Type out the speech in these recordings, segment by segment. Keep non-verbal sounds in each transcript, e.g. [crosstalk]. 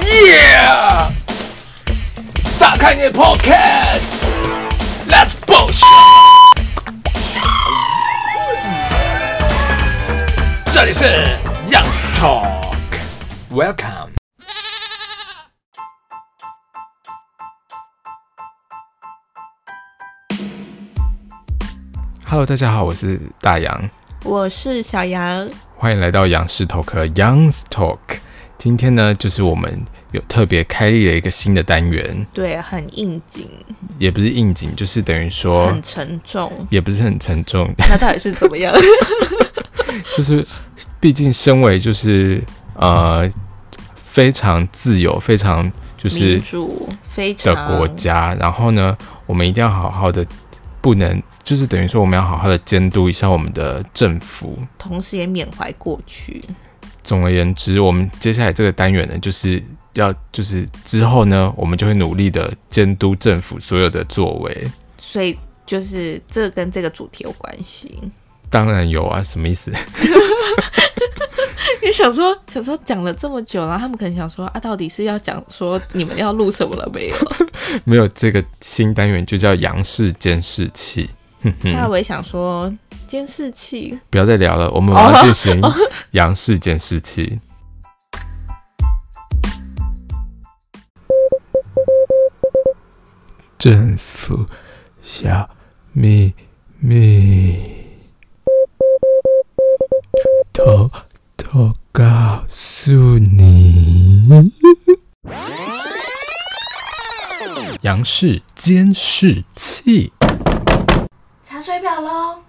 Yeah！打开你的 Podcast，Let's bullshit！这里是 Young Talk，Welcome。Hello，大家好，我是大洋。我是小杨，欢迎来到杨氏头壳 Young's Talk。今天呢，就是我们有特别开立了一个新的单元，对，很应景，也不是应景，就是等于说很沉重。也不是很沉重， [laughs] 那到底是怎么样？就是毕竟身为就是呃非常自由、非常 [laughs] 就是民主非常的国家，然后呢，我们一定要好好的，不能就是等于说我们要好好的监督一下我们的政府。同时也缅怀过去。总而言之，我们接下来这个单元呢，就是要就是之后呢，我们就会努力的监督政府所有的作为。所以就是这跟这个主题有关系。当然有啊，什么意思？ [laughs] 因为想说想说讲了这么久，然后他们可能想说啊，到底是要讲说你们要录什么了没有？没有这个新单元就叫杨氏监视器。哼大家哼，我也想说监视器，不要再聊了，我们要进行 [laughs] 杨氏监视器。政府小秘密，偷偷告诉你，杨氏监视器。查水表喽。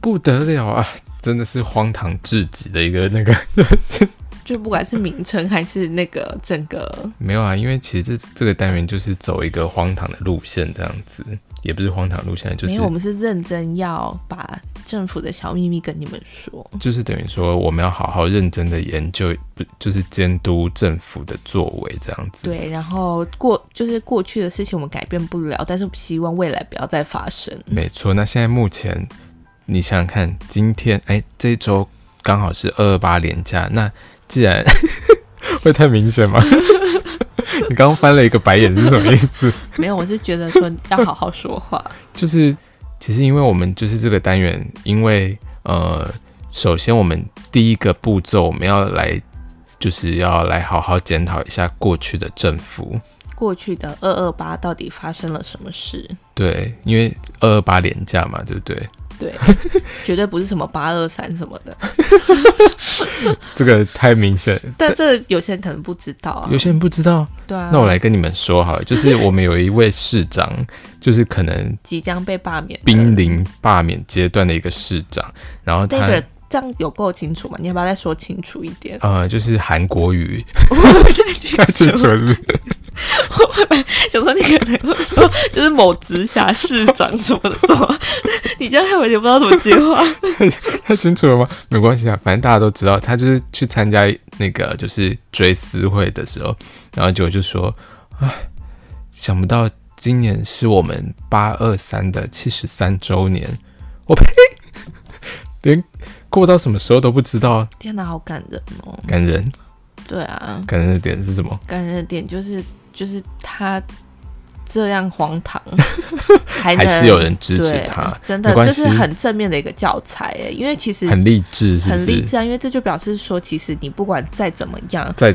不得了啊！真的是荒唐至极的一个 [laughs] 那个，就不管是名称还是那个整个，没有啊，因为其实这这个单元就是走一个荒唐的路线，这样子也不是荒唐路线，就没是有，我们是认真要把政府的小秘密跟你们说。就是等于说我们要好好认真的研究，不就是监督政府的作为这样子。对，然后过就是过去的事情我们改变不了，但是我们希望未来不要再发生。没错。那现在目前你想想看，今天哎这一周刚好是二二八连假，那既然 [laughs] 会太明显吗？ [laughs] 你刚刚翻了一个白眼是什么意思？没有，我是觉得说要好好说话。就是其实因为我们就是这个单元，因为呃，首先我们第一个步骤我们要来，就是要来好好检讨一下过去的政府。过去的二二八到底发生了什么事？对，因为二二八连假嘛，对不对？对，绝对不是什么八二三什么的，这个太明显，但这有些人可能不知道啊呃有。些人不知道。对啊，那我来跟你们说好了，就是我们有一位市长， [laughs] 就是可能即将被罢免的，濒临罢免阶段的一个市长，然后那他？个这样有够清楚吗？你要不要再说清楚一点呃，就是韩国语，[laughs] 太太 [laughs] 清楚了是不是？想说你可能会说就是某直辖市长什么的，怎么 [laughs] 你这样害我也不知道怎么接话。 [laughs] 太清楚了吗？没关系啊，反正大家都知道，他就是去参加那个就是追思会的时候，然后结果就说，唉，想不到今年是我们八二三的七十三周年，我呸， [laughs] 连过到什么时候都不知道，啊天哪，好感人哦！感人，对啊，感人的点是什么？感人的点就是就是他这样 [laughs] 荒唐，还能还是有人支持对他，真没的关这系是很正面的一个教材诶，因为其实很励志，是不很励是？志啊，因为这就表示说，其实你不管再怎么样，在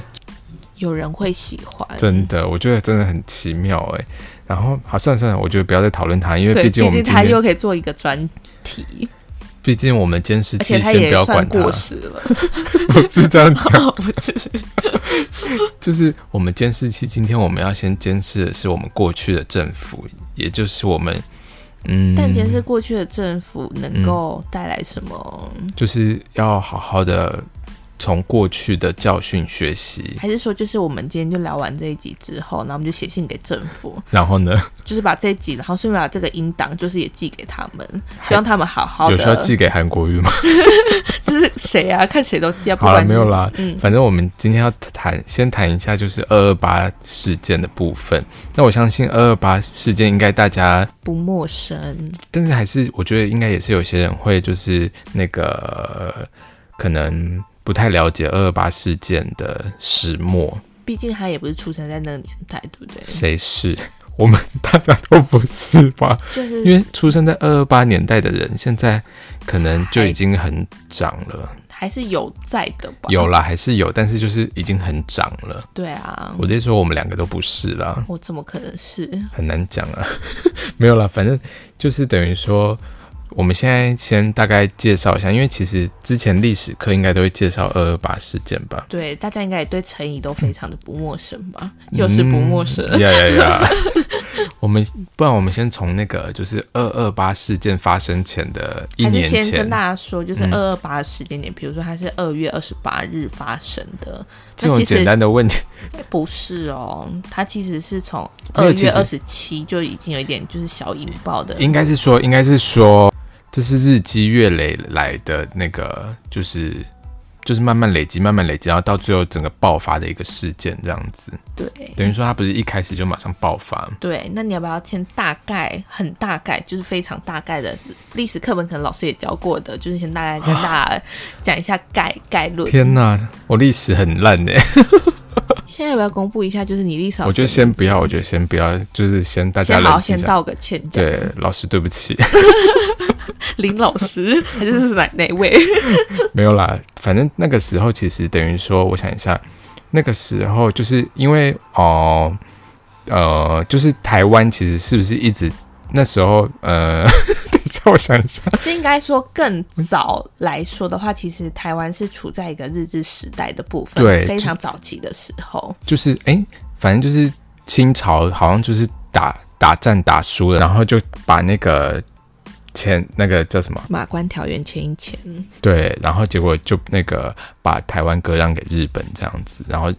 有人会喜欢，真的，我觉得真的很奇妙哎、然后好、算了算了，我觉得不要再讨论他，因为对，毕毕竟我们今他天又可以做一个专题，毕竟我们监视而且器他先不也要算管它，过时 [laughs] 了，不是这样讲，不 [laughs] 是就是我们监视器。今天我们要先监视的是我们过去的政府，也就是我们，嗯，但其实过去的政府能够带来什么？就是要好好的从过去的教训学习，还是说就是我们今天就聊完这一集之后，然后我们就写信给政府，然后呢，就是把这一集，然后顺便把这个音档就是也寄给他们，希望他们好好有需要的。寄给韩国瑜吗？ [laughs] [laughs] 就是谁啊，看谁都寄啊，不好了，管没是有啦，嗯反正我们今天要谈，先谈一下就是二二八事件的部分。那我相信二二八事件应该大家，不陌生。但是还是我觉得应该也是有些人会就是那个可能不太了解二二八事件的始末，毕竟他也不是出生在那个年代，对不对？谁是我们大家都不是吧？就是因为出生在二二八年代的人，现在可能就已经很长了，还是有在的吧。有啦还是有，但是就是已经很长了。对啊，我直接说我们两个都不是啦。我怎么可能是？很难讲啊， [laughs] 没有啦，反正就是等于说，我们现在先大概介绍一下，因为其实之前历史课应该都会介绍二二八事件吧。对，大家应该也对陈怡都非常的不陌生吧？嗯又是不陌生，呀呀呀！ [laughs] 我们不然我们先从那个就是二二八事件发生前的一还是年先跟前，大家说，就是嗯二二八的时间点，比如说它是二月二十八日发生的，这那种其实简单的问题，不是哦，它其实是从因二为其月实二十七就已经有一点就是小引爆的，应该是说，应该是说，这是日积月累来的那个，就是就是慢慢累积，慢慢累积，然后到最后整个爆发的一个事件这样子。对等于说它不是一开始就马上爆发，对。那你要不要先大概、很大概，就是非常大概的历史课本，可能老师也教过的，就是先大概跟大家讲一下概概论。天哪，我历史很烂哎！现在要不要公布一下，就是你历史老师？我觉得先不要，我觉得先不要，就是先大家先好好冷静先一下。道个歉，这样对，老师对不起， [laughs] 林老师还是是哪哪 [laughs] 位？没有啦。反正那个时候其实等于说，我想一下，那个时候就是因为哦，呃，就是台湾其实是不是一直那时候呃， [laughs] 等一下我想一下，是应该说更早来说的话，其实台湾是处在一个日治时代的部分，对非常早期的时候。就是哎、诶反正就是清朝好像就是打打战打输了，然后就把那个前那个叫什么？马关条约签一签，对，然后结果就那个把台湾割让给日本这样子，然后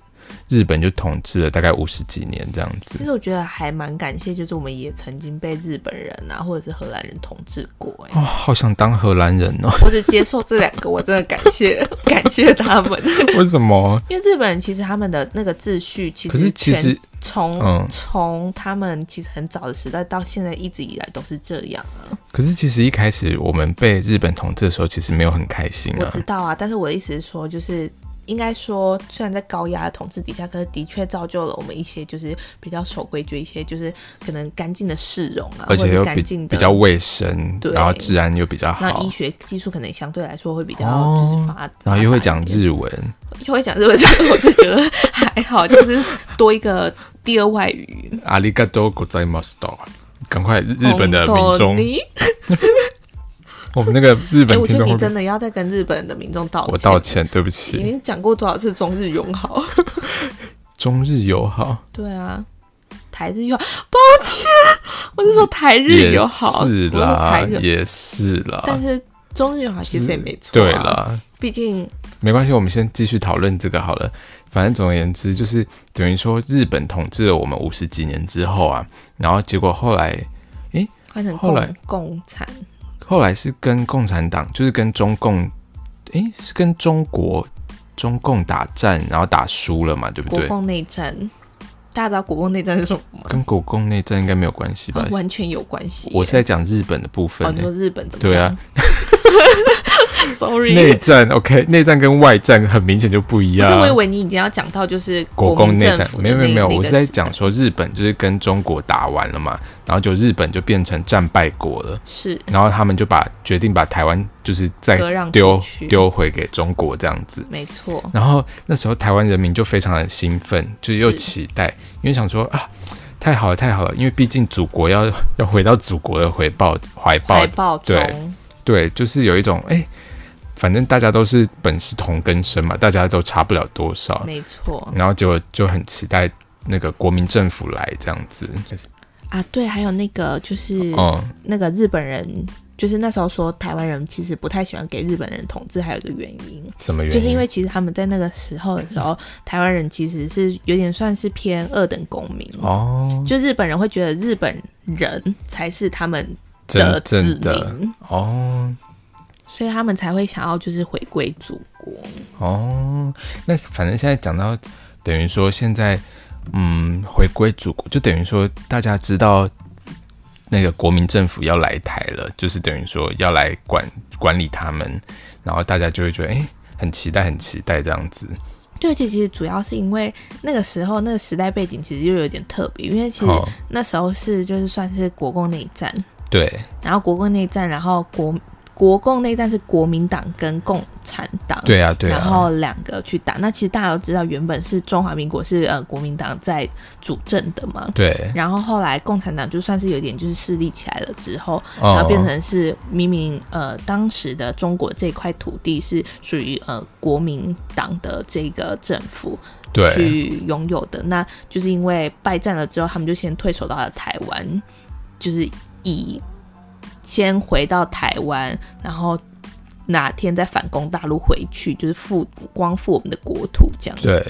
日本就统治了大概五十几年这样其子。实我觉得还蛮感谢，就是我们也曾经被日本人啊，或者是荷兰人统治过、哎、哦，好想当荷兰人哦！ [laughs] 我只接受这两个，我真的感谢 [laughs] 感谢他们， [laughs] 为什么？因为日本人其实他们的那个秩序其可实是其全实从嗯从、他们其实很早的时代到现在一直以来都是这样啊，可是其实一开始我们被日本统治的时候，其实没有很开心我啊知。道啊，但是我的意思是说，就是应该说，虽然在高压的统治底下，可是的确造就了我们一些就是比较守规矩一些，就是可能干净的市容啊，而或且者又是比干净的比较。卫生，对然后治安又比较那好医，学技术可能相对来说会比较哦就是发，然后又会发达讲一点，日文，又会讲日文， [laughs] 这个我就觉得还好，就是多一个第二外语。阿里嘎多国在马斯多，赶快日本的民众红豆，泥我们那个日哦哎，本我觉听得众你会不真会，的要再跟日本的民众道歉，我道，歉，对不已起，经讲过多少次中日友 [laughs] 好？中日友好。对啊，台日友好，抱歉，我是说台也日友好，是我说啦台，日，也是啦。但是中日友好其实也没错、啊对，啦，毕竟没关系，我们先继续讨论这个好了。反正总而言之，就是等于说日本统治了我们五十几年之后啊，然后结果后来换成后来共共产，后来是跟共产党，就是跟中共，诶，是跟中国中共打战，然后打输了嘛，对不国对？共内战，大家知道国共内战是什么吗？跟国共内战应该没有关系吧啊？完全有关系耶。我是在讲日本的部分哦，呢、你说日本怎么对啊 [laughs] 样？Sorry，内战 OK，内战跟外战很明显就不一不样。是我以为你已经要讲到就是国民共内政战府的没有没有那没有，那我个是在时讲说日本就是跟中国打完了嘛，然后就日本就变成战败国了，是然后他们就把决定把台湾就是再割让出丢去丢回给中国这样子。没错，然后那时候台湾人民就非常的兴奋，就是又是期待，因为想说啊，太好了太好了，因为毕竟祖国要 [laughs] 要回到祖国的怀抱怀抱海，报对中对，就是有一种哎。反正大家都是本是同根生嘛，大家都差不了多少。没错然后结果就很期待那个国民政府来这样子，啊，对，还有那个就是嗯，那个日本人就是那时候说台湾人其实不太喜欢给日本人统治，还有一个原因，什么原因？就是因为其实他们在那个时候的时候，台湾人其实是有点算是偏二等公民，哦，就日本人会觉得日本人才是他们真子正的民，哦所以他们才会想要就是回归祖国。哦，那反正现在讲到，等于说现在嗯回归祖国，就等于说大家知道那个国民政府要来台了，就是等于说要来管管理他们，然后大家就会觉得哎、诶很期待，很期待这样子。对，其实主要是因为那个时候那个时代背景其实又有点特别，因为其实哦，那时候是就是算是国共内战，对，然后国共内战，然后国国共内战是国民党跟共产党。对啊，对啊。然后两个去打，那其实大家都知道，原本是中华民国是呃国民党在主政的嘛，对，然后后来共产党就算是有点就是势力起来了之后，哦它变成是明明呃当时的中国这块土地是属于呃国民党的这个政府对去拥有的，那就是因为败战了之后，他们就先退守到了台湾，就是以先回到台湾，然后。哪天再反攻大陆回去，就是复光复我们的国土这样。对，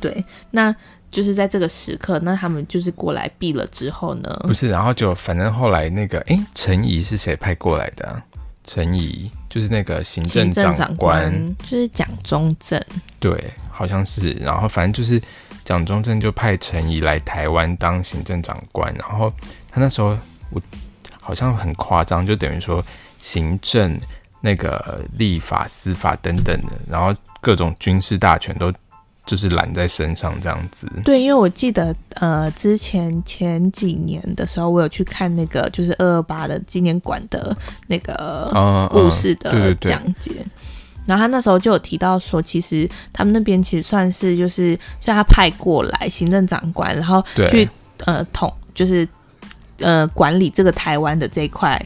对，那就是在这个时刻，那他们就是过来避了之后呢，不是，然后就反正后来那个，哎，陈怡是谁派过来的、啊？陈怡就是那个行行政政长长官，官就是蒋中正，对，好像是。然后反正就是蒋中正就派陈怡来台湾当行政长官，然后他那时候我好像很夸张，就等于说行政、那个立法、司法等等的，然后各种军事大权都就是揽在身上这样子。对，因为我记得呃，之前前几年的时候，我有去看那个就是二二八的纪念馆的那个嗯，故事嗯对的对对讲解。然后他那时候就有提到说，其实他们那边其实算是就是，虽然他派过来行政长官，然后对去呃统就是呃管理这个台湾的这块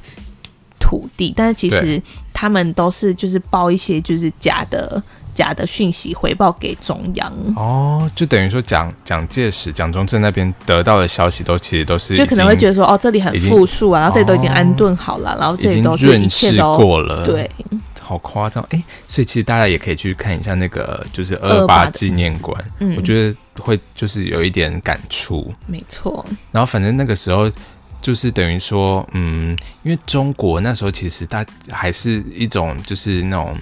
土地，但是其实对他们都是就是报一些就是假的假的讯息回报给中央，哦，就等于说蒋蒋介石、蒋中正那边得到的消息都其实都是就可能会觉得说哦这里很已经富庶啊，然后这里都已经哦安顿好了，然后这已里经都是一润切饰都过了，对，好夸张哎！所以其实大家也可以去看一下那个就是二二二八八的纪念馆，嗯，我觉得会就是有一点感触。没错，然后反正那个时候就是等于说，嗯，因为中国那时候其实大还是一种就是那种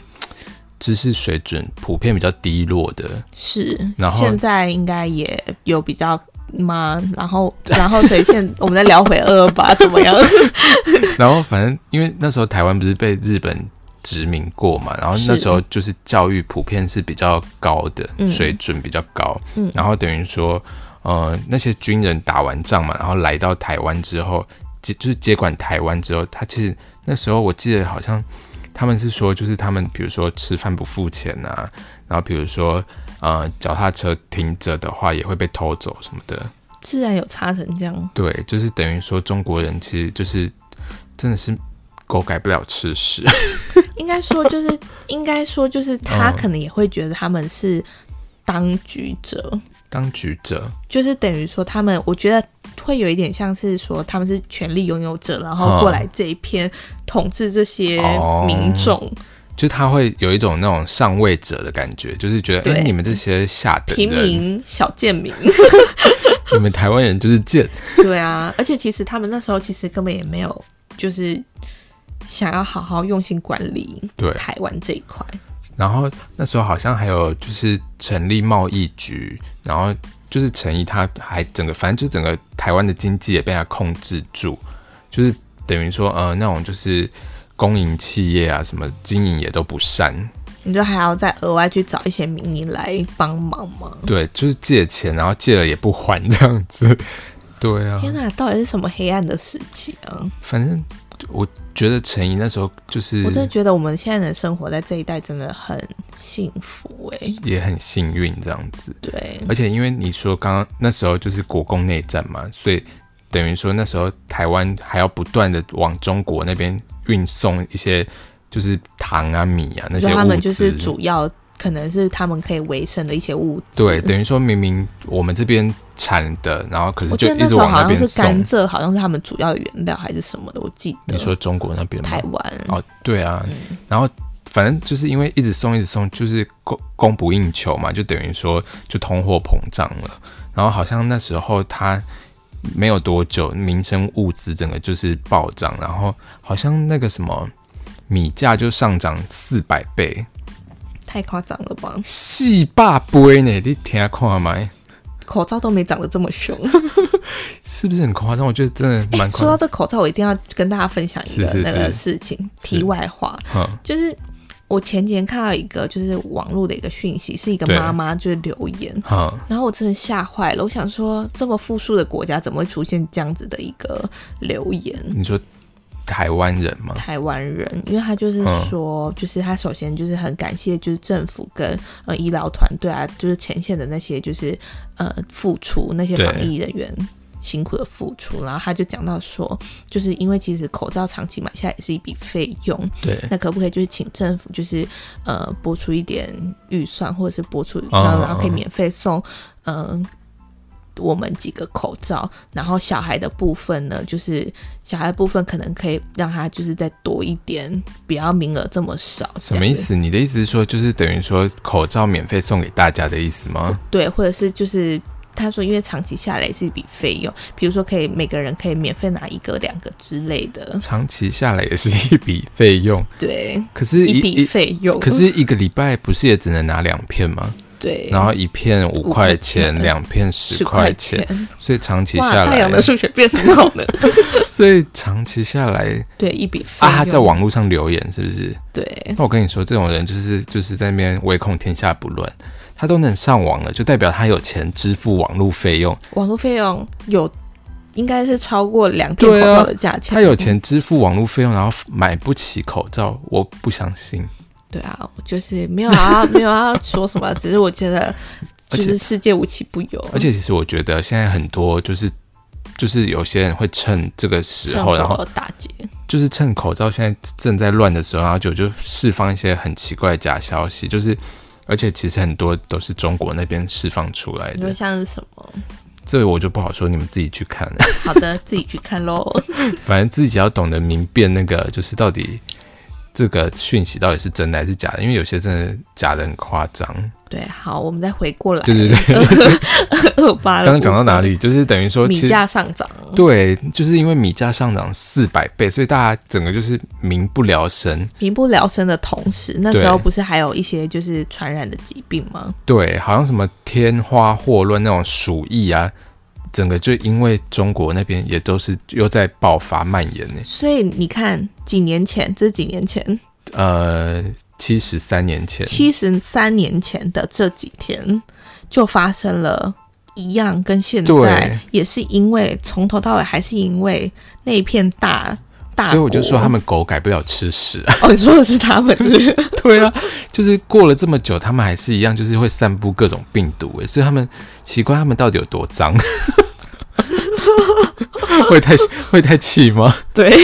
知识水准普遍比较低落的，是，然后现在应该也有比较。吗？然后，然后，所以现我们再聊回二二八 [laughs] 怎么样？ [laughs] 然后反正因为那时候台湾不是被日本殖民过嘛，然后是那时候就是教育普遍是比较高的，嗯水准比较高，嗯然后等于说，呃，那些军人打完仗嘛，然后来到台湾之后，接就是接管台湾之后，他其实那时候我记得好像他们是说，就是他们比如说吃饭不付钱啊，然后比如说呃脚踏车停着的话也会被偷走什么的，自然有差成这样，对，就是等于说中国人其实就是真的是狗改不了吃屎， [laughs] 应该说就是，应该说就是，他嗯可能也会觉得他们是当局者，当局者，就是等于说他们，我觉得会有一点像是说他们是权力拥有者，然后嗯过来这一片统治这些哦民众，就是他会有一种那种上位者的感觉，就是觉得哎、对你们这些下等平人，民小 [laughs] 贱民。你们台湾人就是 [laughs] 贱，对啊，而且其实他们那时候其实根本也没有就是想要好好用心管理对台湾这一块。然后那时候好像还有就是成立贸易局，然后就是陈毅他还整个反正就整个台湾的经济也被他控制住，就是等于说呃那种就是公营企业啊什么经营也都不善，你就还要再额外去找一些民营来帮忙吗？对，就是借钱然后借了也不还这样子，对啊，天哪、到底是什么黑暗的时期啊！反正我觉得陈怡那时候就是我真的觉得我们现在的生活在这一代真的很幸福哎、也很幸运这样子，对，而且因为你说刚刚那时候就是国共内战嘛，所以等于说那时候台湾还要不断的往中国那边运送一些就是糖啊、米啊那就些他物们资，就是主要可能是他们可以维生的一些物质。对，等于说明明我们这边产的，然后可是我记就得一那直时候往好那像边是甘送。蔗，好像是他们主要的原料还是什么的，我记得。你说中国那边吗台？湾哦，对啊，然后反正就是因为一直送一直送，就是供供不应求嘛，就等于说就通货膨胀了。然后好像那时候他没有多久，民生物资整个就是暴涨，然后好像那个什么米价就上涨四百倍，太夸张了吧？四百倍呢！你听看麦，口罩都没长得这么凶。是不是很夸张？我觉得真的蛮说夸到张。这口罩，我一定要跟大家分享一是个是那个是事情。是题外话，嗯，就是我前几天看到一个就是网络的一个讯息，是一个对妈妈就是留言，好，然后我真的吓坏了。我想说，这么富庶的国家怎么会出现这样子的一个留言？你说台湾人吗？嗯台湾人，因为他就是说，就是他首先就是很感谢，就是政府跟呃医疗团队啊，就是前线的那些就是呃付出那些对防疫人员辛苦的付出，然后他就讲到说，就是因为其实口罩长期买下来也是一笔费用，对，那可不可以就是请政府就是呃拨出一点预算，或者是拨出哦然后然后可以免费送呃我们几个口罩，然后小孩的部分呢，就是小孩的部分可能可以让他就是再多一点，不要名额这么少。什么意？思？你的意思是说，就是等于说口罩免费送给大家的意思吗？对，或者是就是。他说：“因为长期下来是一笔费用，比如说可以每个人可以免费拿一个、两个之类的，长期下来也是一笔费用，对，可是一笔一费用。可是一个礼拜不是也只能拿两片吗？对，然后一片五块钱，五块钱嗯两片十十块块钱，钱，所以长期哇，下大来洋，的数学变很好了。所以长期下来对，一笔费啊，用他在网络上留言是不是？对那我跟你说，这种人就是就是在那边唯恐天下不乱，他都能上网了，就代表他有钱支付网络费用，网络费用有应该是超过两片对口啊罩的价钱。他有钱支付网络费用，然后买不起口罩，我不相信。对啊，我就是没有啊，没有啊，说什么，只是我觉得 [laughs] 而就且是世界无奇不有，而且其实我觉得现在很多就是就是有些人会趁这个时候，趁然火后打劫。就是趁口罩现在正在乱的时候，然后就就释放一些很奇怪的假消息，就是而且其实很多都是中国那边释放出来你说的，像是什么？这个我就不好说，你们自己去看了。 [laughs] [laughs] 好的，自己去看喽。反正自己要懂得明辨那个就是到底这个讯息到底是真的还是假的，因为有些真的假的很夸张。 [laughs] 对，好，我们再回过来。对对对，二二八。刚刚讲到哪？里？就是等于说，啊米其实价上涨。对，就是因为米价上涨四百倍，所以大家整个就是民不聊生。民不聊生的同时，那时候对不是还有一些就是传染的疾病吗？对，好像什么天花祸乱那种鼠疫啊，整个就因为中国那边也都是又在爆发蔓延呢。所以你看，几年前，这是几年前，呃，七十三年前，七十三年前的这几天就发生了。一样跟现在对也是因为从头到尾还是因为那一片大大国，所以我就说他们狗改不了吃屎啊。 [laughs] 哦，你说的是他们是 [laughs] 不是对啊，就是过了这么久，他们还是一样，就是会散布各种病毒欸诶。所以他们奇怪，他们到底有多脏？ [laughs] 会太会太气吗？对，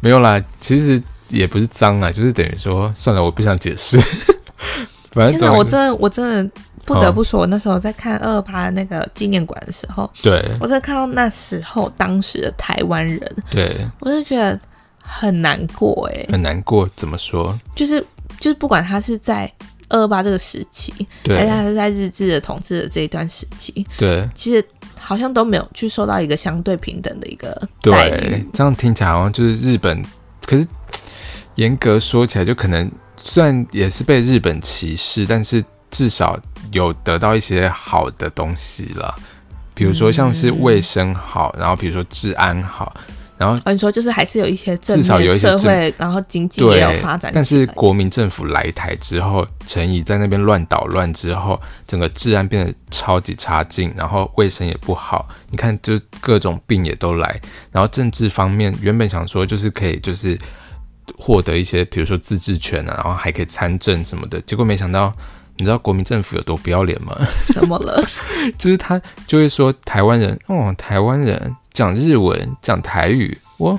没有啦，其实也不是脏啊，就是等于说，算了，我不想解释。 [laughs] 反正天哪，总我真的我真的不得不说，我那时候在看二八那个纪念馆的时候，对我真的看到那时候当时的台湾人，对，我真的觉得很难过哎、很难过。怎么说？就是就是不管他是在二二八这个时期，还对是他是在日治的统治的这一段时期，对其实好像都没有去受到一个相对平等的一个待遇对。，这样听起来好像就是日本，可是严格说起来，就可能虽然也是被日本歧视，但是至少有得到一些好的东西了，比如说像是卫生好，然后比如说治安好，然后哦，你说就是还是有一些正至少有面一些社正会，然后经济也对，有发展起来，但是国民政府来台之后，陈仪在那边乱捣乱之后，整个治安变得超级差劲，然后卫生也不好。你看，就各种病也都来。然后政治方面，原本想说就是可以就是获得一些，比如说自治权啊，然后还可以参政什么的。结果没想到，你知道国民政府有多不要脸吗？ [laughs] 怎么 [laughs] 了？就是他就会说台湾人哦，台湾人讲日文讲台语，我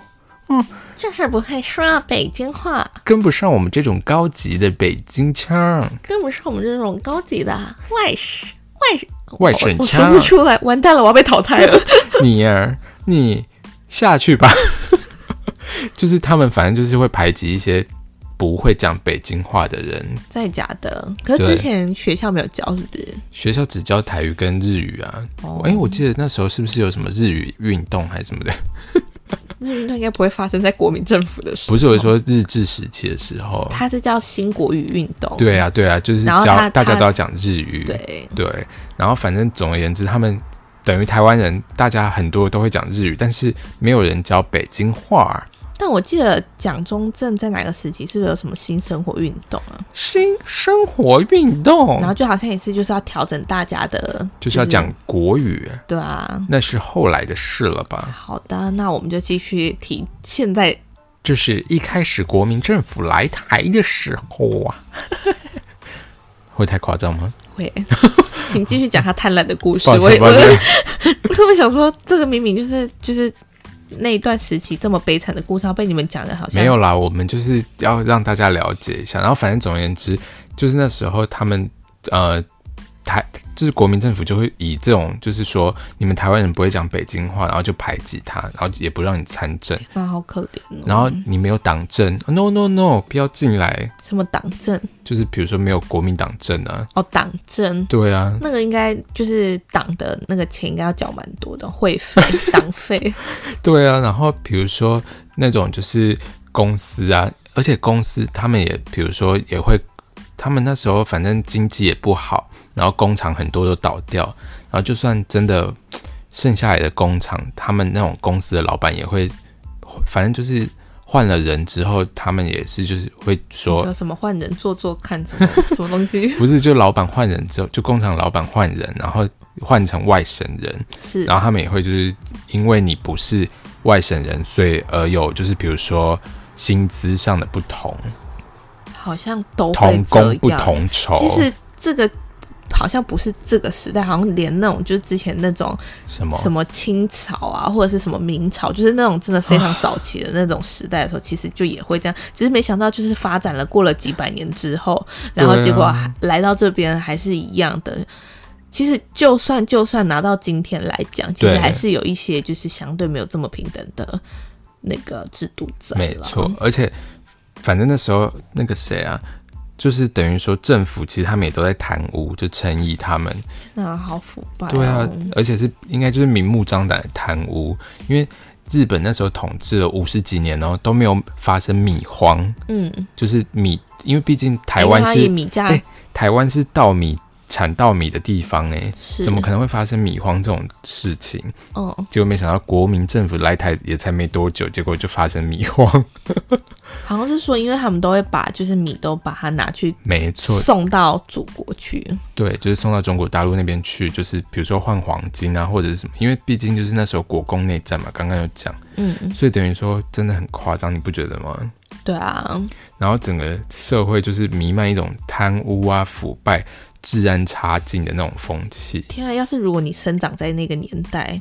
就是不会说北京话，跟不上我们这种高级的北京腔，跟不上我们这种高级的外省外省外省我说腔啊不，出来，完蛋了，我要被淘汰了。你呀、你下去吧。就是他们，反正就是会排挤一些不会讲北京话的人。再假的，可是对之前学校没有教，是不是？学校只教台语跟日语啊。哎、哦我记得那时候是不是有什么日语运动还是什么的？那运动应该不会发生在国民政府的时候。不是，我说日治时期的时候。它是叫新国语运动。对啊，对啊，就是然后教他大家他都要讲日语。对对，然后反正总而言之，他们等于台湾人，大家很多都会讲日语，但是没有人教北京话。但我记得蒋中正在哪个时期是不是有什么新生活运动啊？新生活运动，然后就好像也是就是要调整大家的，哦就是要讲国语，对啊。那是后来的事了吧？好的，那我们就继续提现在就是一开始国民政府来台的时候 [laughs] 啊，会太夸张吗？ [laughs] 会，请继续讲他贪婪的故事。抱我歉，我抱歉。我想说，这个明明就是就是那一段时期这么悲惨的故事，然后被你们讲的好像没有啦，我们就是要让大家了解一下。然后反正总而言之，就是那时候他们呃台就是国民政府就会以这种就是说你们台湾人不会讲北京话，然后就排挤他，然后也不让你参政，那好可怜哦。然后你没有党政、n o no no，不要进来。什么党政就是比如说没有国民党政啊，哦，党政对啊，那个应该就是党的那个钱应该要缴蛮多的 [laughs] 会费、党费。对啊。然后比如说那种就是公司啊，而且公司他们也比如说也会他们那时候反正经济也不好，然后工厂很多都倒掉，然后就算真的剩下来的工厂，他们那种公司的老板也会，反正就是换了人之后，他们也是就是会说叫，什么换人做做看，什 [laughs] 么什么东西不是就老板换人之后，就工厂老板换人，然后换成外省人，是然后他们也会就是因为你不是外省人，所以而有就是比如说薪资上的不同，好像都会同这工不样。同哦酬，其实这个好像不是这个时代，好像连那种就是之前那种什么什么清朝啊，或者是什么明朝，就是那种真的非常早期的那种时代的时候，其实就也会这样。只是没想到，就是发展了过了几百年之后，然后对啊结果还来到这边还是一样的。其实就算就算拿到今天来讲，其实对还是有一些就是相对没有这么平等的那个制度在。没错，，而且反正那时候那个谁啊，就是等于说政府其实他们也都在贪污，就陈毅他们，那好腐败、哦对啊，而且是应该就是明目张胆的贪污，因为日本那时候统治了五十几年哦，都没有发生米荒，嗯，就是米，因为毕竟台湾因为它以是米价、哎台湾是稻米产稻米的地方哎。是怎么可能会发生米荒这种事情？嗯，结果没想到国民政府来台也才没多久，结果就发生米荒。 [laughs] 好像是说，因为他们都会把就是米都把它拿去没错，送到祖国去。对，就是送到中国大陆那边去，就是比如说换黄金啊，或者是什么，因为毕竟就是那时候国共内战嘛，刚刚有讲，嗯，所以等于说真的很夸张，你不觉得吗？对啊，然后整个社会就是弥漫一种贪污啊、腐败、治安差劲的那种风气。天啊！要是如果你生长在那个年代，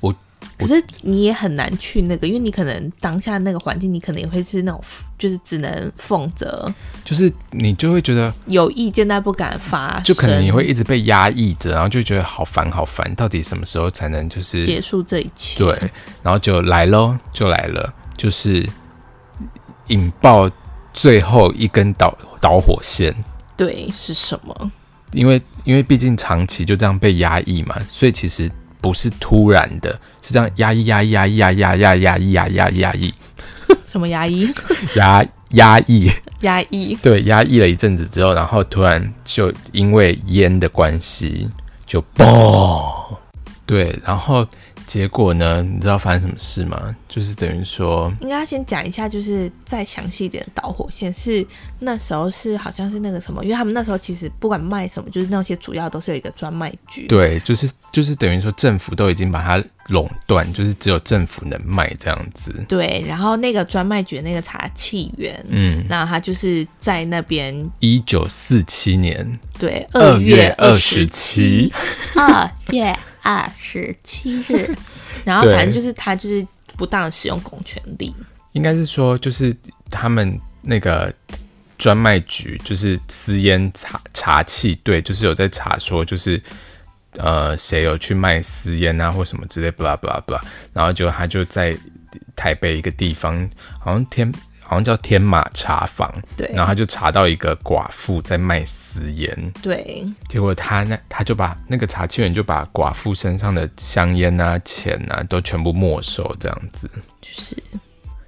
我可是你也很难去那个，因为你可能当下那个环境，你可能也会是那种，就是只能奉着就是你就会觉得，有意见但不敢发声，就可能你会一直被压抑着，然后就觉得好烦好烦，到底什么时候才能就是结束这一切。对，然后就来喽，就来了，就是引爆最后一根导导火线，对是什么？因为因为毕竟长期就这样被压抑嘛，所以其实不是突然的，是这样压抑压抑压抑压抑压抑压抑压抑压抑压抑什么压 [laughs] 抑？压压抑，压抑？对，压抑了一阵子之后，然后突然就因为烟的关系就嘣，对，然后结果呢，你知道发生什么事吗？就是等于说。应该先讲一下，就是再详细一点的导火线是那时候是好像是那个什么，因为他们那时候其实不管卖什么，就是那些主要都是有一个专卖局。对，就是就是等于说政府都已经把它垄断，就是只有政府能卖这样子。对，然后那个专卖局的那个茶器园，嗯，那他就是在那边一九四七年，对2月月七27，二月 [laughs] 二十七日，然后 [laughs] 对反正就是他就是不当的使用公权力，应该是说就是他们那个专卖局，就是私烟查查气队，就是有在查说就是。呃，谁有去卖私烟啊，或什么之类，blah blah blah，然后就他就在台北一个地方，好像天好像叫天马茶坊，对然后他就查到一个寡妇在卖私烟，对，结果他那他就把那个查气员就把寡妇身上的香烟啊、钱啊都全部没收这样子。就是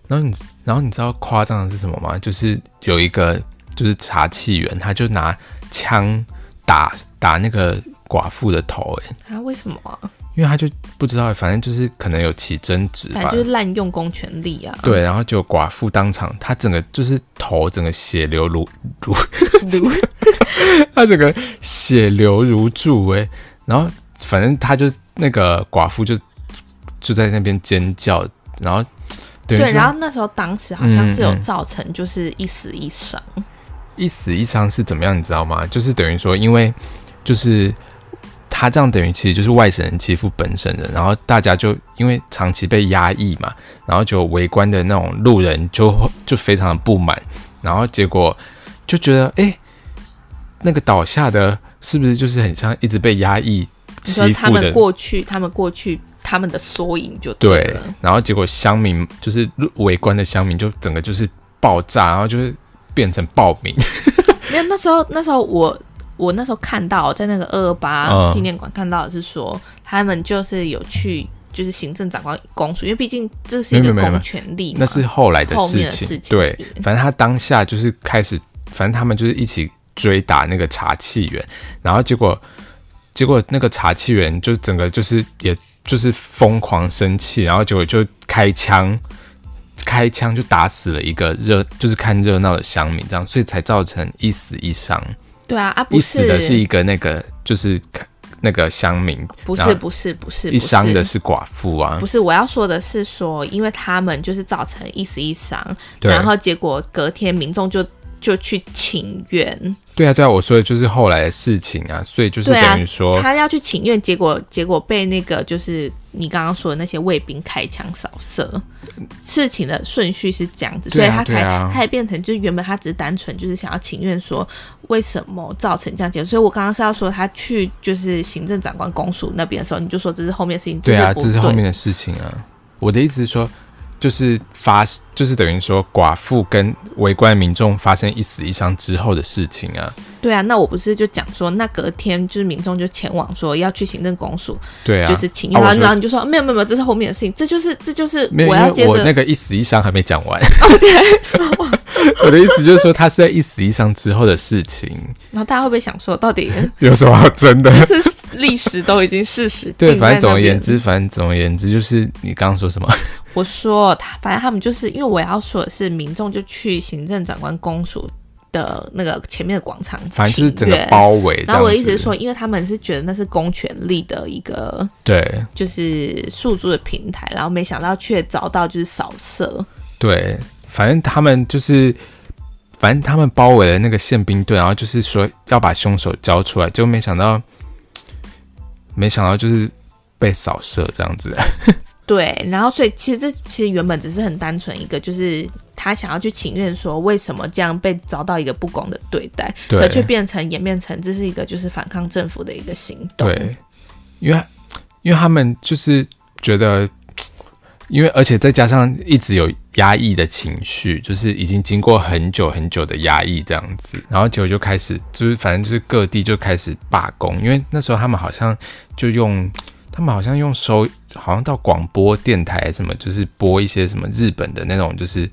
然后你然后你知道夸张的是什么吗？就是有一个就是查气员，他就拿枪打打那个寡妇的头、欸，啊，为什么啊、因为他就不知道，反正就是可能有起争执反吧正。就是滥用公权力啊，对，然后就寡妇当场，她整个就是头整个血流如如如 [laughs] 他整个血流如注哎、然后反正他就那个寡妇就就在那边尖叫，然后对对，然后后那时候当时好像是有嗯嗯造成就是一死一伤，一死一伤是怎么样，你知道吗？就是等于说，因为就是他这样等于其实就是外省人欺负本省人，然后大家就因为长期被压抑嘛，然后就围观的那种路人就就非常的不满，然后结果就觉得哎、诶那个倒下的是不是就是很像一直被压抑你说欺他负的们过去，他们过去他们的缩影就对对了，，然后结果乡民就是围观的乡民就整个就是爆炸，然后就是变成暴民。没有，那时候那时候我我那时候看到在那个二二八嗯纪念馆看到的是说、他们就是有去就是行政长官公署，因为毕竟这是一没个有没有没有公权力嘛，那是后来的后面事的情，事情对是不，是反正他当下就是开始，反正他们就是一起追打那个查气员，然后结果结果那个查气员就整个就是也就是疯狂生气，然后结果就开枪。开枪就打死了一个热，就是看热闹的乡民，这样，所以才造成一死一伤。对啊啊一不死的是是一个那个就是那个乡民，不然后是不是不是啊一伤的不是是寡妇啊不。是，我要说的是说，因为他们就是造成一死一伤，对然后结果隔天民众就就去请愿，对啊，对啊，我说的就是后来的事情啊，所以就是对啊等于说，他要去请愿，结果结果被那个就是你刚刚说的那些卫兵开枪扫射。事情的顺序是这样子，所对以啊他才、对啊他也变成就是原本他只是单纯就是想要请愿说为什么造成这样结果，所以我刚刚是要说他去就是行政长官公署那边的时候，你就说这是后面的事情，对啊，这这是不后面的事情啊。我的意思是说，就是发，就是等于说寡妇跟围观民众发生一死一伤之后的事情啊。对啊，那我不是就讲说，那隔天就是民众就前往说要去行政公署，对啊，就是请啊我愿，然后说然后你就说没有没有没有，这是后面的事情，这就是这就是没有，我因要为接我那着个一死一伤还没讲 [laughs] 完。 [laughs] 我的意思就是说，他是在一死一伤之后的事情，然后大家会不会想说，[laughs] 到底有什么好争 [laughs] 的？是历史都已经事实定对，反在正总那而言边之，反正总而言之，就是你刚刚说什么？我说他，反正他们就是因为我要说的是，民众就去行政长官公署的那个前面的广场请愿，反正就是整个包围。然后我的这意样思子是说，，因为他们是觉得那是公权力的一个对就是诉诸的平台，然后没想到却遭到就是扫射，对，反正他们就是，反正他们包围了那个宪兵队，然后就是说要把凶手交出来，结果没想到，没想到就是被扫射这样子。对，然后所以其实这其实原本只是很单纯一个，就是他想要去请愿说为什么这样被遭到一个不公的对待，对可却变成演变成这是一个就是反抗政府的一个行动。对，因为因为他们就是觉得，因为而且再加上一直有压抑的情绪，就是已经经过很久很久的压抑这样子，然后结果就开始就是反正就是各地就开始罢工，因为那时候他们好像就用。他们好像用收，好像到广播电台什么，就是播一些什么日本的那种，就是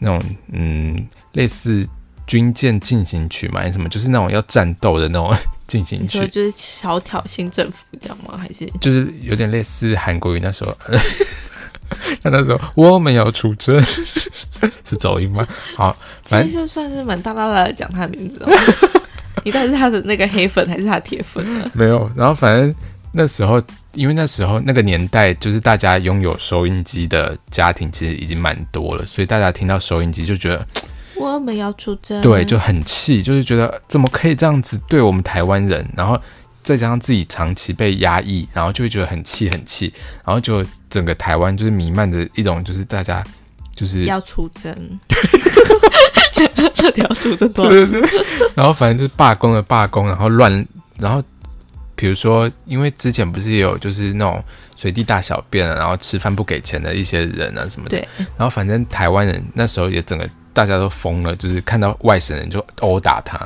那种嗯，类似军舰进行曲嘛，还是什么，就是那种要战斗的那种 [laughs] 进行你曲。说就是小挑衅政府这样吗？还是就是有点类似韩国语那时候， [laughs] 那那时候我们要出征 [laughs] 是走音吗？好，其反实就算是蛮大啦啦的讲他的名字、哦，你到底是他的那个黑粉还是他的铁粉呢？没有。然后反正那时候，因为那时候那个年代，就是大家拥有收音机的家庭其实已经蛮多了，所以大家听到收音机就觉得我们要出征，对，就很气，就是觉得怎么可以这样子对我们台湾人，然后再加上自己长期被压抑，然后就会觉得很气很气，然后就整个台湾就是弥漫着一种就是大家就是要出 [laughs] 征，到底要出征多 [laughs] 少对次？对对，然后反正就是罢工的罢工，然后乱，然后比如说，因为之前不是也有就是那种随地大小便啊，然后吃饭不给钱的一些人啊什么的，对，然后反正台湾人那时候也整个大家都疯了，就是看到外省人就殴打他，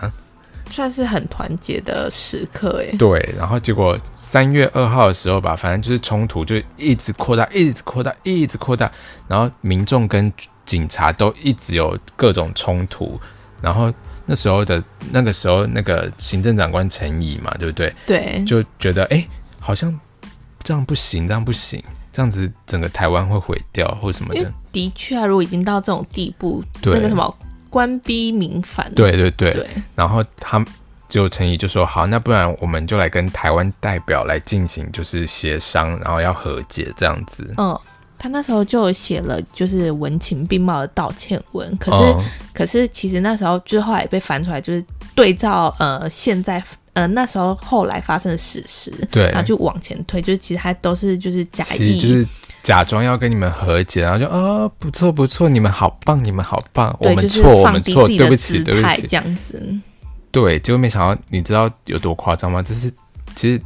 算是很团结的时刻 [laughs] 哎。对，然后结果三月二号的时候吧，反正就是冲突就一直扩大，一直扩大，一直扩大，然后民众跟警察都一直有各种冲突，然后那时候的那个时候那个行政长官陈仪嘛，对不对？对，就觉得哎、诶好像这样不行，这样不行，这样子整个台湾会毁掉或什么因为的。的确啊，如果已经到这种地步，对那个什么官逼民反，啊对对对，对然后他们就陈怡就说：“好，那不然我们就来跟台湾代表来进行就是协商，然后要和解这样子。”嗯，他那时候就有写了就是文情并茂的道歉文，可是、哦可是其实那时候就是后来被翻出来，就是对照呃现在呃那时候后来发生的事实，对然后就往前推，就是其实他都是就是假其意，实就是假装要跟你们和解，然后就啊、不错不错，你们好棒，你们好棒，我对，们就是错我放们低错，自己对不的起姿对态不起，这样子，对，结果没想到你知道有多夸张吗？这是其实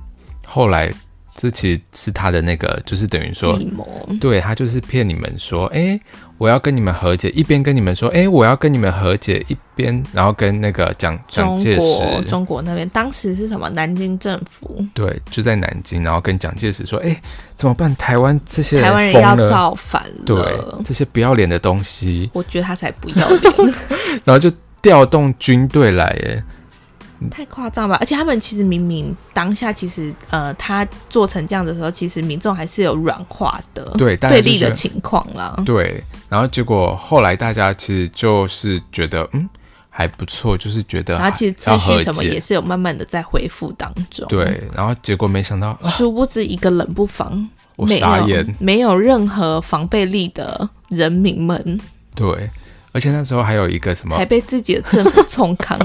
后来这其实是他的那个，就是等于说计谋。对他就是骗你们说，哎、我要跟你们和解，一边跟你们说，哎、我要跟你们和解，一边然后跟那个蒋蒋中介国石，中国那边当时是什么？南京政府，对，就在南京，然后跟蒋介石说，哎、怎么办？台湾这些台湾人疯要了，造反了对，。这些不要脸的东西，我觉得他才不要 [laughs] 脸，然后就调动军队来，哎，太夸张吧！而且他们其实明明当下其实呃，他做成这样的时候，其实民众还是有软化的对，大家呃对就立觉的得情况啦。对，然后结果后来大家其实就是觉得，嗯，还不错，就是觉得然还，后其实啊要秩和序什么解也是有慢慢的在恢复当中。，对，然后结果没想到，啊、殊不知一个冷不防，我没傻有眼，没有任何防备力的人民们，对，而且那时候还有一个什么还，被自己的政府冲 [laughs] 康，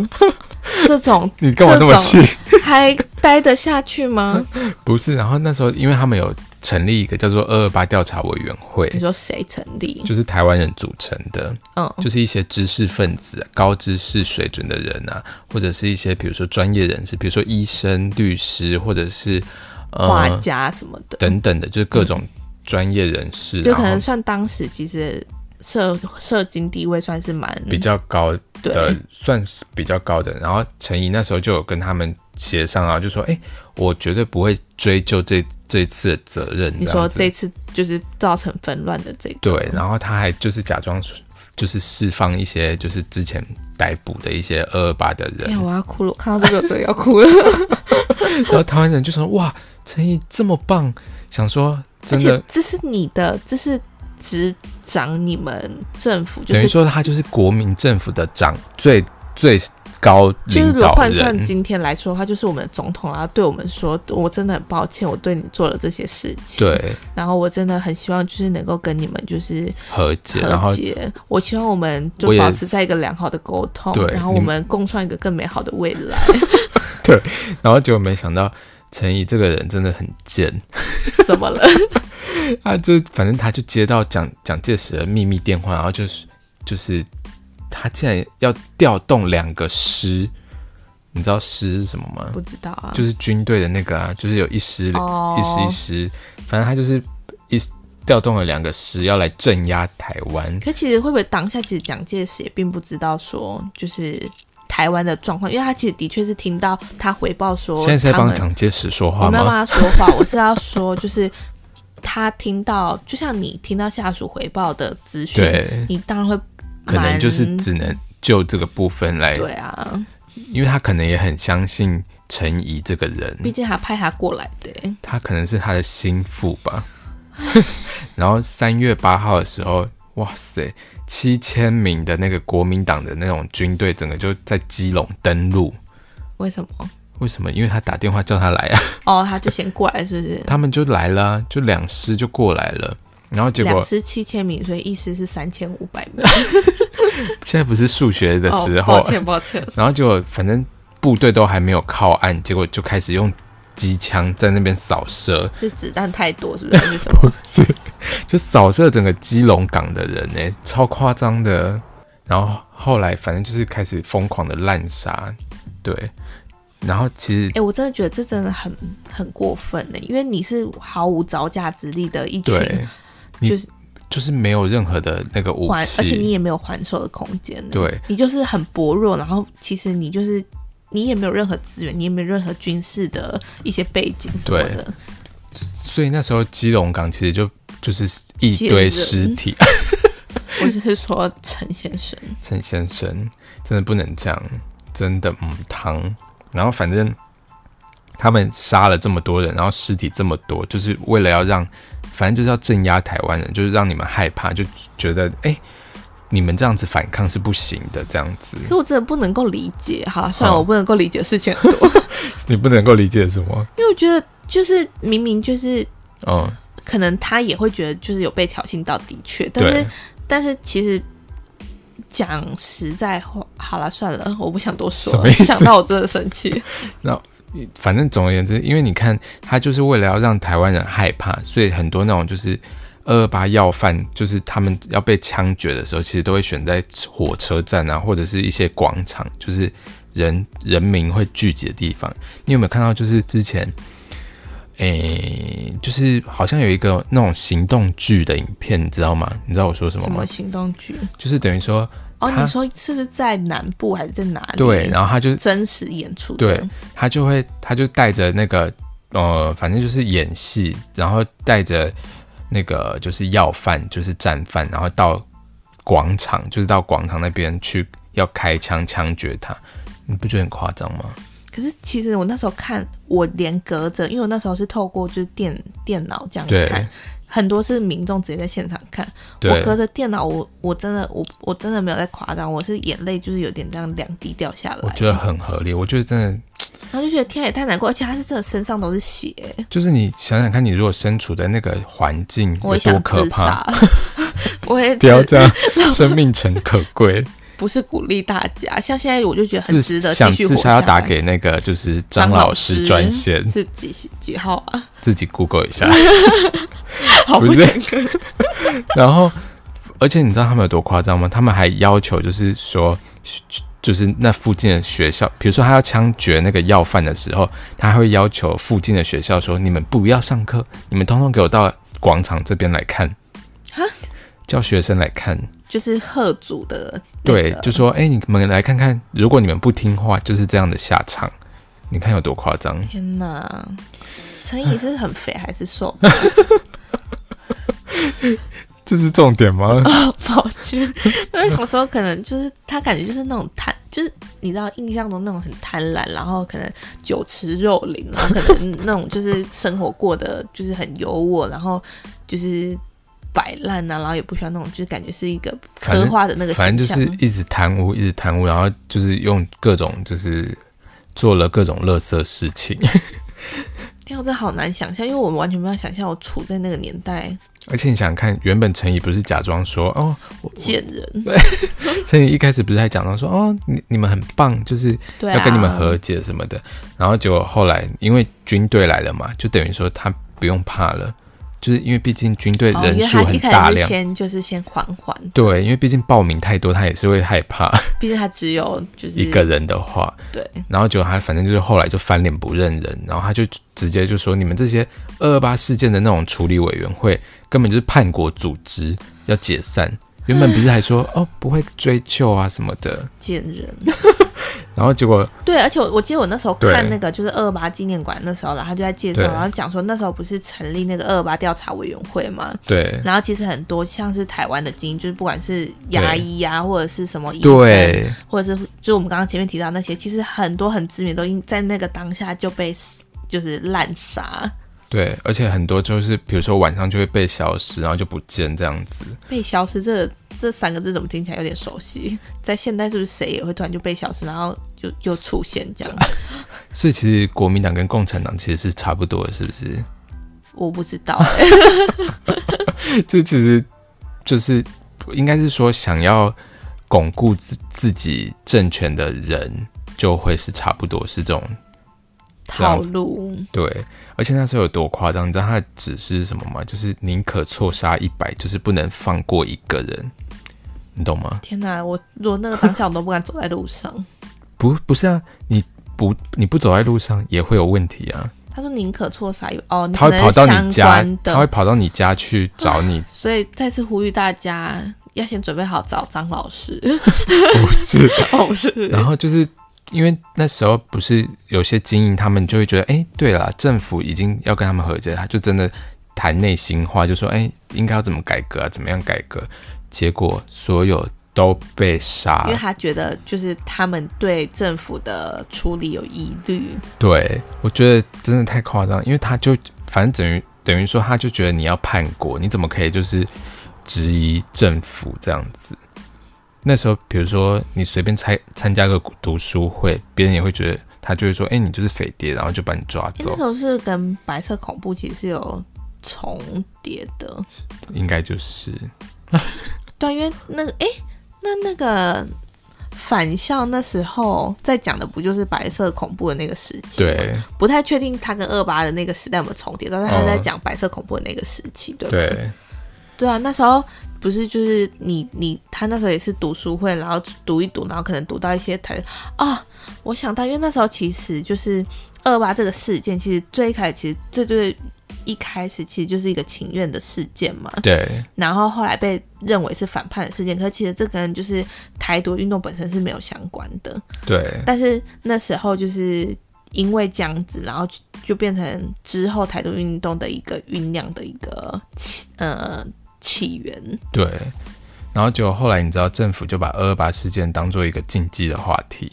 这种你干嘛那么这气种？还待得下去吗？不是，然后那时候因为他们有成立一个叫做二二八调查委员会你，说谁成立？就是台湾人组成的，嗯，就是一些知识分子、啊高知识水准的人啊，或者是一些比如说专业人士，比如说医生、律师，或者是画呃家什么的，等等的，就是各种专业人士，嗯就然可后能算当时其实社社经地位算是蛮比较高的对，算是比较高的。然后陈怡那时候就有跟他们协商啊，就说：“哎、我绝对不会追究这这次的责任。”这你样说子这次就是造成纷乱的这个，对，然后他还就是假装就是释放一些就是之前逮捕的一些二二八的人哎、，呀，我要哭了，我看到这个我真的要哭了。然后台湾人就说：“哇，陈怡这么棒！”想说而真且的，这是你的，这是执掌你们政府，就等于是说他就是国民政府的长最最高就是领如果导换算人。今天来说的话，就是我们的总统啊，对我们说，我真的很抱歉，我对你做了这些事情，，对，然后我真的很希望就是能够跟你们就是和解，然后和解，我希望我们就我也保持在一个良好的沟通，对然后你我们们共创一个更美好的未来。然后结果没想到陈怡这个人真的很贱， [laughs] 怎么了？他啊就反正他就接到蒋蒋介石的秘密电话，然后就是就是他竟然要调动两个师，你知道师是什么吗不？知道啊，就是军队的那个啊，就是有一师、哦一师一师，反正他就是一调动了两个师要来镇压台湾。可其实会不会当下其实蒋介石也并不知道说就是台湾的状况，因为他其实的确是听到他回报说现在是在他帮们蒋介石说我话没有吗？帮他说话，我是要说就是。他听到，就像你听到下属回报的资讯，对，你当然会可能就是蛮只能就这个部分来，对啊，因为他可能也很相信陈怡这个人。毕竟还派他过来的、他可能是他的心腹吧。 [laughs] 然后三月八号的时候，哇塞，七千名的那个国民党的那种军队，整个就在基隆登陆。为什么？为什么？因为他打电话叫他来啊， [laughs] 哦，他就先过来，是不是？他们就来了啊，就两师就过来了。然后 [laughs] 结两果师七千米，所以一师是三千五百米。现在不是数学的时哦，候，抱歉抱歉。然后结果反正部队都还没有靠岸，结果就开始用机枪在那边扫射， [laughs] 是子弹太多，是不是？还是什么？是就扫射整个基隆港的人呢、超夸张的。然后后来反正就是开始疯狂的滥杀，对。然后其实哎、我真的觉得这真的很很过分呢，因为你是毫无招架之力的一群，对，你就是就是没有任何的那个武还，器，而且你也没有还手的空间，，欸对你就是很薄弱，然后其实你就是你也没有任何资源，你也没有任何军事的一些背景什么对的，所以那时候基隆港其实就就是一贱堆人尸体，我只是说陈先生，陈先生真的不能这样，真的嗯汤。然后反正他们杀了这么多人，然后尸体这么多，就是为了要让，反正就是要镇压台湾人，就是让你们害怕，就觉得哎、你们这样子反抗是不行的，这样子可是我真的不能够理解，好了，算了，好我不能够理解的事情很多， [laughs] 你不能够理解什么？因为我觉得就是明明就是嗯，可能他也会觉得就是有被挑衅到，的确，但对是但是其实讲实在话，好了，算了，我不想多说什么了，意思想到我真的生气。反正总而言之，因为你看，他就是为了要让台湾人害怕，所以很多那种就是二二八要犯，就是他们要被枪决的时候，其实都会选在火车站啊，或者是一些广场，就是人人民会聚集的地方。你有没有看到？就是之前，诶、就是好像有一个那种行动剧的影片，你知道吗？你知道我 [laughs] 说什么什吗么？行动剧？就是等于说，哦，他你说是不是在南部还是在哪里？对，然后他就真实演出的对，他就会他就带着那个呃，反正就是演戏，然后带着那个就是要饭，就是战犯，然后到广场，就是到广场那边去要开枪枪决他，你不觉得很夸张吗？可是其实我那时候看，我连隔着，因为我那时候是透过就是电电脑这样对看，很多是民众直接在现场看。我对隔着电脑，我我真的我我真的没有在夸张，我是眼泪就是有点这样两滴掉下来。我觉得很合理，我觉得真的然后就觉得天啊也太难过，而且他是真的身上都是血，就是你想想看，你如果身处在那个环境我有也多想可自怕，杀。 [laughs] 我也不要这样，生命诚可贵。不是鼓励大家，像现在我就觉得 [laughs] 很自值得想继续自活杀下要来。打给那个就是张张老老师师专线，是几几号 [laughs] 啊？自己 Google 一下。好不是健康。然后，而且你知道他们有多夸张吗？他们还要求，就是说，就是那附近的学校，比如说他要枪决那个要犯的时候，他还会要求附近的学校说：“你们不要上课，你们通通给我到广场这边来看。”哈叫学生来看，就是贺组的、那对个，就说：“哎、你们来看看，如果你们不听话，就是这样的下场。”你看有多夸张？天哪，陈怡是很肥还是瘦？这是重点吗？抱歉， [laughs] 因为小时候可能就是他感觉就是那种贪，就是你知道印象中那种很贪婪，然后可能酒池肉林，然后可能那种就是生活过得就是很优渥，然后就是摆烂啊呐、然后也不需要那种就是感觉是一个反正刻画的那个反正形就象。嗯是一直贪污，一直贪污，然后就是用各种就是做了各种垃圾事情， [laughs] 天啊，我真的好难想象，因为我完全没有想象我处在那个年代，而且你想想看，原本陈怡不是假装说哦，贱人，陈怡一开始不是还假装说哦，你你们很棒，就是对啊，要跟你们和解什么的，然后结果后来因为军队来了嘛，就等于说他不用怕了，就是因为毕竟军队哦，因人为数他很一大开始是量，先就是先缓缓，对，因为毕竟报名太多，他也是会害怕毕竟他只有就是一个人的话，对，然后结果他反正就是后来就翻脸不认人，然后他就直接就说你们这些二二八事件的那种处理委员会根本就是叛国组织，要解散。原本不是还说哦不会追究啊什么的，贱人。嗯然后结果对，而且我我记得我那时候对看那个就是二八纪念馆那时候啦，他就在介绍，对然后讲说那时候不是成立那个二八调查委员会嘛，对然后其实很多像是台湾的精英，就是不管是牙医啊，或者是什么医生，对或者是就我们刚刚前面提到那些，其实很多很知名都因在那个当下就被就是滥杀，对，而且很多就是比如说晚上就会被消失，然后就不见这样子。被消失这这三个字怎么听起来有点熟悉？在现代是不是谁也会突然就被消失，然后就又出现这样？所以其实国民党跟共产党其实是差不多的，是不是？我不知道、就其实就是应该是说，想要巩固 [laughs] 自自己政权的人，就会是差不多是这种这样套子。路，对，而且那时候有多夸张，你知道他的指示是什么吗？就是宁可错杀一百，就是不能放过一个人，你懂吗？天哪！我如果那个当下我都不敢走在路 [laughs] 上。不，不是啊，你不你不走在路上也会有问题啊。他说宁可错杀一哦，你他可会能跑到相你家关，他会的，，跑到你家去找你所以再次呼吁大家要先准备好找张 [laughs] 老师。不是？哦，不是，然后就是因为那时候不是有些精英，他们就会觉得，哎、对了，政府已经要跟他们和解，他就真的谈内心话，就说，哎、应该要怎么改革啊，怎么样改革？结果所有都被杀 [laughs] 因为，他觉得就是他们对政府的处理有疑虑，对我觉得真的太夸张，因为他就反正等于等于说，他就觉得你要叛国，你怎么可以就是质疑政府这样子？那时候，比如说你随便参参加个读书会，别人也会觉得他就会说：“哎、你就是匪谍”，然后就把你抓因为哎那走时，候是跟白色恐怖其实是有重叠的。应该就是对，因为那个诶，那那个返校那时候在讲的不就是白色恐怖的那个时期吗？对不太确定他跟二八的那个时代有没有重叠，但是他嗯在讲白色恐怖的那个时期，对吧？对对啊，那时候不是就是你你他那时候也是读书会，然后读一读，然后可能读到一些台啊、我想到，因为那时候其实就是呃二八这个事件，其实最一开始其实最最一开始其实就是一个情愿的事件嘛，对然后后来被认为是反叛的事件，可是其实这跟就是台独运动本身是没有相关的，对但是那时候就是因为这样子，然后就就变成之后台独运动的一个酝酿的一个起呃起源。对。然后结果后来你知道，政府就把二二八事件当做一个禁忌的话题，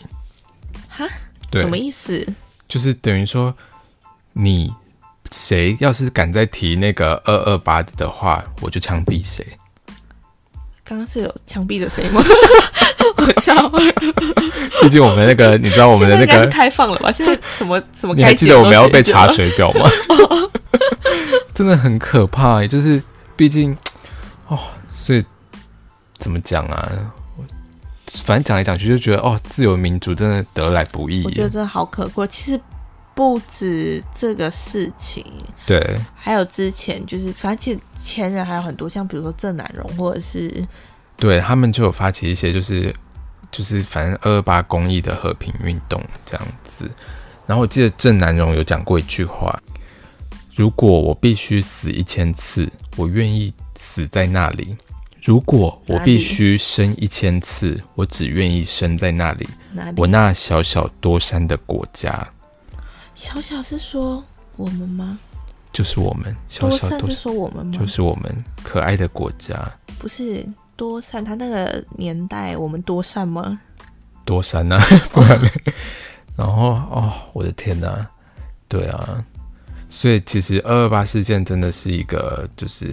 哈，对什么意思？就是等于说，你谁要是敢再提那个二二八的话，我就枪毙谁。刚刚是有枪毙的声音吗？我笑了，毕竟我们那个，你知道 [laughs] 我们的那现在应该个，是开放了吧？现在什 [laughs] 么什么？你还记得我们要被查？水表吗？ [laughs] 真的很可怕、欸，就是毕竟哦，所以怎么讲啊？我反正讲来讲去就觉得哦，自由民主真的得来不易我觉得耶。真的好可贵。其实不止这个事情，对还有之前就是，反正其实前人还有很多，像比如说郑南荣或者是对，他们就有发起一些就是就是反正二二八公益的和平运动这样子。然后我记得郑南荣有讲过一句话：如果我必须死一千次，我愿意死在那里；如果我哪里必须生一千次，我只愿意生在那里，哪里我？那小小多山的国家。小小是说我们吗？就是我们小多小善多是山，说我们吗？就是我们可爱的国家不是多善，他那个年代我们多善吗？多山 [laughs] 呐、不然嘞然后哦，我的天呐，对啊，所以其实二二八事件真的是一个，就是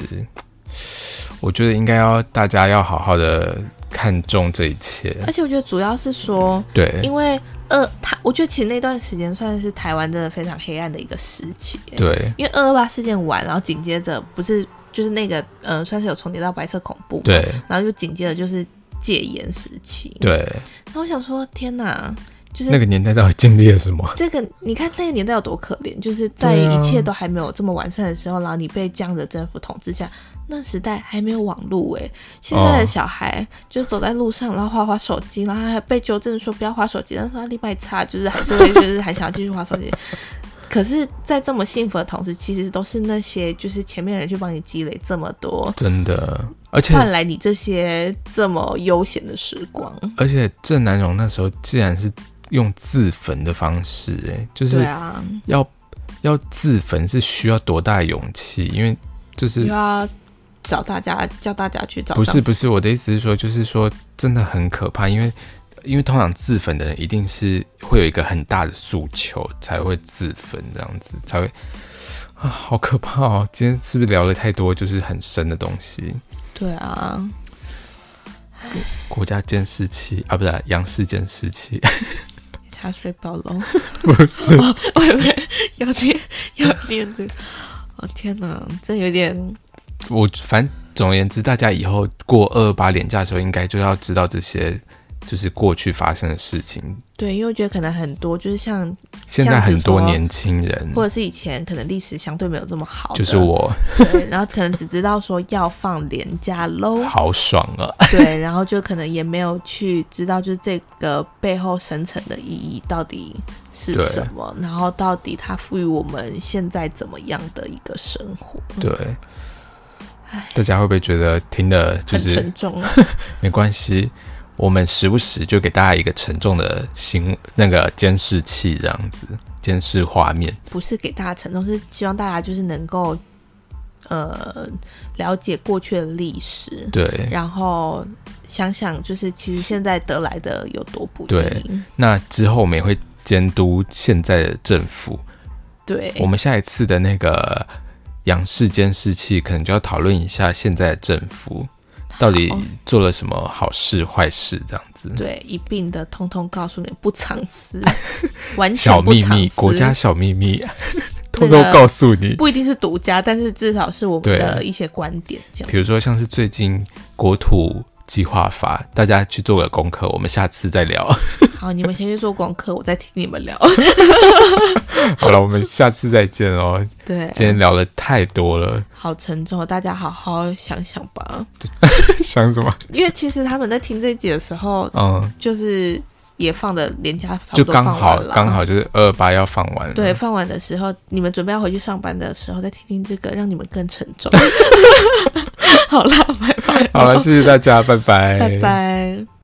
我觉得应该要大家要好好的看重这一切，而且我觉得主要是说，对呃因为二他，我觉得其实那段时间算是台湾真的非常黑暗的一个时期。对因为二二八事件完，然后紧接着不是就是那个嗯、呃算是有重叠到白色恐怖，，对然后就紧接着就是戒严时期。对，嗯然后我想说，天哪，就是那个年代到底经历了什么？这个你看那个年代有多可怜，就是在对啊一切都还没有这么完善的时候，然后你被这样的政府统治下，那时代还没有网络诶、现在哦的小孩就是走在路上，然后划划手机，然后还被纠正说不要划手机，但是他另外差就是还是 [laughs] 会就是还想要继续划手机。可是，在这么幸福的同时，其实都是那些就是前面的人去帮你积累这么多，真的，而且换来你这些这么悠闲的时光。而且郑南榕那时候竟然是用自焚的方式、哎，就是对啊，要、要自焚是需要多大的勇气？因为就是又要找大家叫大家去找不到是不是，我的意思是说，就是说真的很可怕，因为因为通常自焚的人一定是会有一个很大的诉求才会自焚，这样子才会啊，好可怕哦！今天是不是聊了太多就是很深的东西？对啊，国家监视器啊，不是啊杨氏监视器， [laughs] 查水表喽。不是我以为要念要念这个，哦天哪，这有点我，反正总而言之，大家以后过二二八年假的时候，应该就要知道这些就是过去发生的事情。对，因为我觉得可能很多就是像现在很多年轻人，或者是以前可能历史相对没有这么好，就是，我对，然后可能只知道说要放廉价喽， [laughs] 好爽啊！对，然后就可能也没有去知道，就是这个背后深层的意义到底是对什么，然后到底它赋予我们现在怎么样的一个生活，对嗯唉，大家会不会觉得听了就很是沉重。啊没关系，我们时不时就给大家一个沉重的新那个监视器这样子，监视画面。不是给大家沉重，是希望大家就是能够呃了解过去的历史，对，然后想想就是其实现在得来的有多不对易。那之后我们也会监督现在的政府。对我们下一次的那个杨氏监视器，可能就要讨论一下现在的政府到底好做了什么好事、坏事这样子。对一并的通通告诉你，不藏 [laughs] 私，完全小不秘藏密，私国家小秘 [laughs] 密，偷偷那个告诉你。不一定是独家，但是至少是我们对的一些观点这样。 [laughs] 比如说像是最近国土计划法，大家去做个功课，我们下次再聊。好，你们先去做功课，我再听你们聊。 [laughs] 好了，我们下次再见哦。对， [laughs] 今天聊的太多了，好沉重哦，大家好好想想吧。想 [laughs] 什么？因为其实他们在听这一集的时候，嗯，就是也放的廉价，差就不多刚放完好了，刚好就是二八要放完了。对，放完的时候，你们准备要回去上班的时候，再听听这个，让你们更沉 [laughs] [laughs] 重。好啦，拜拜，好了，谢谢大家，拜拜，拜拜。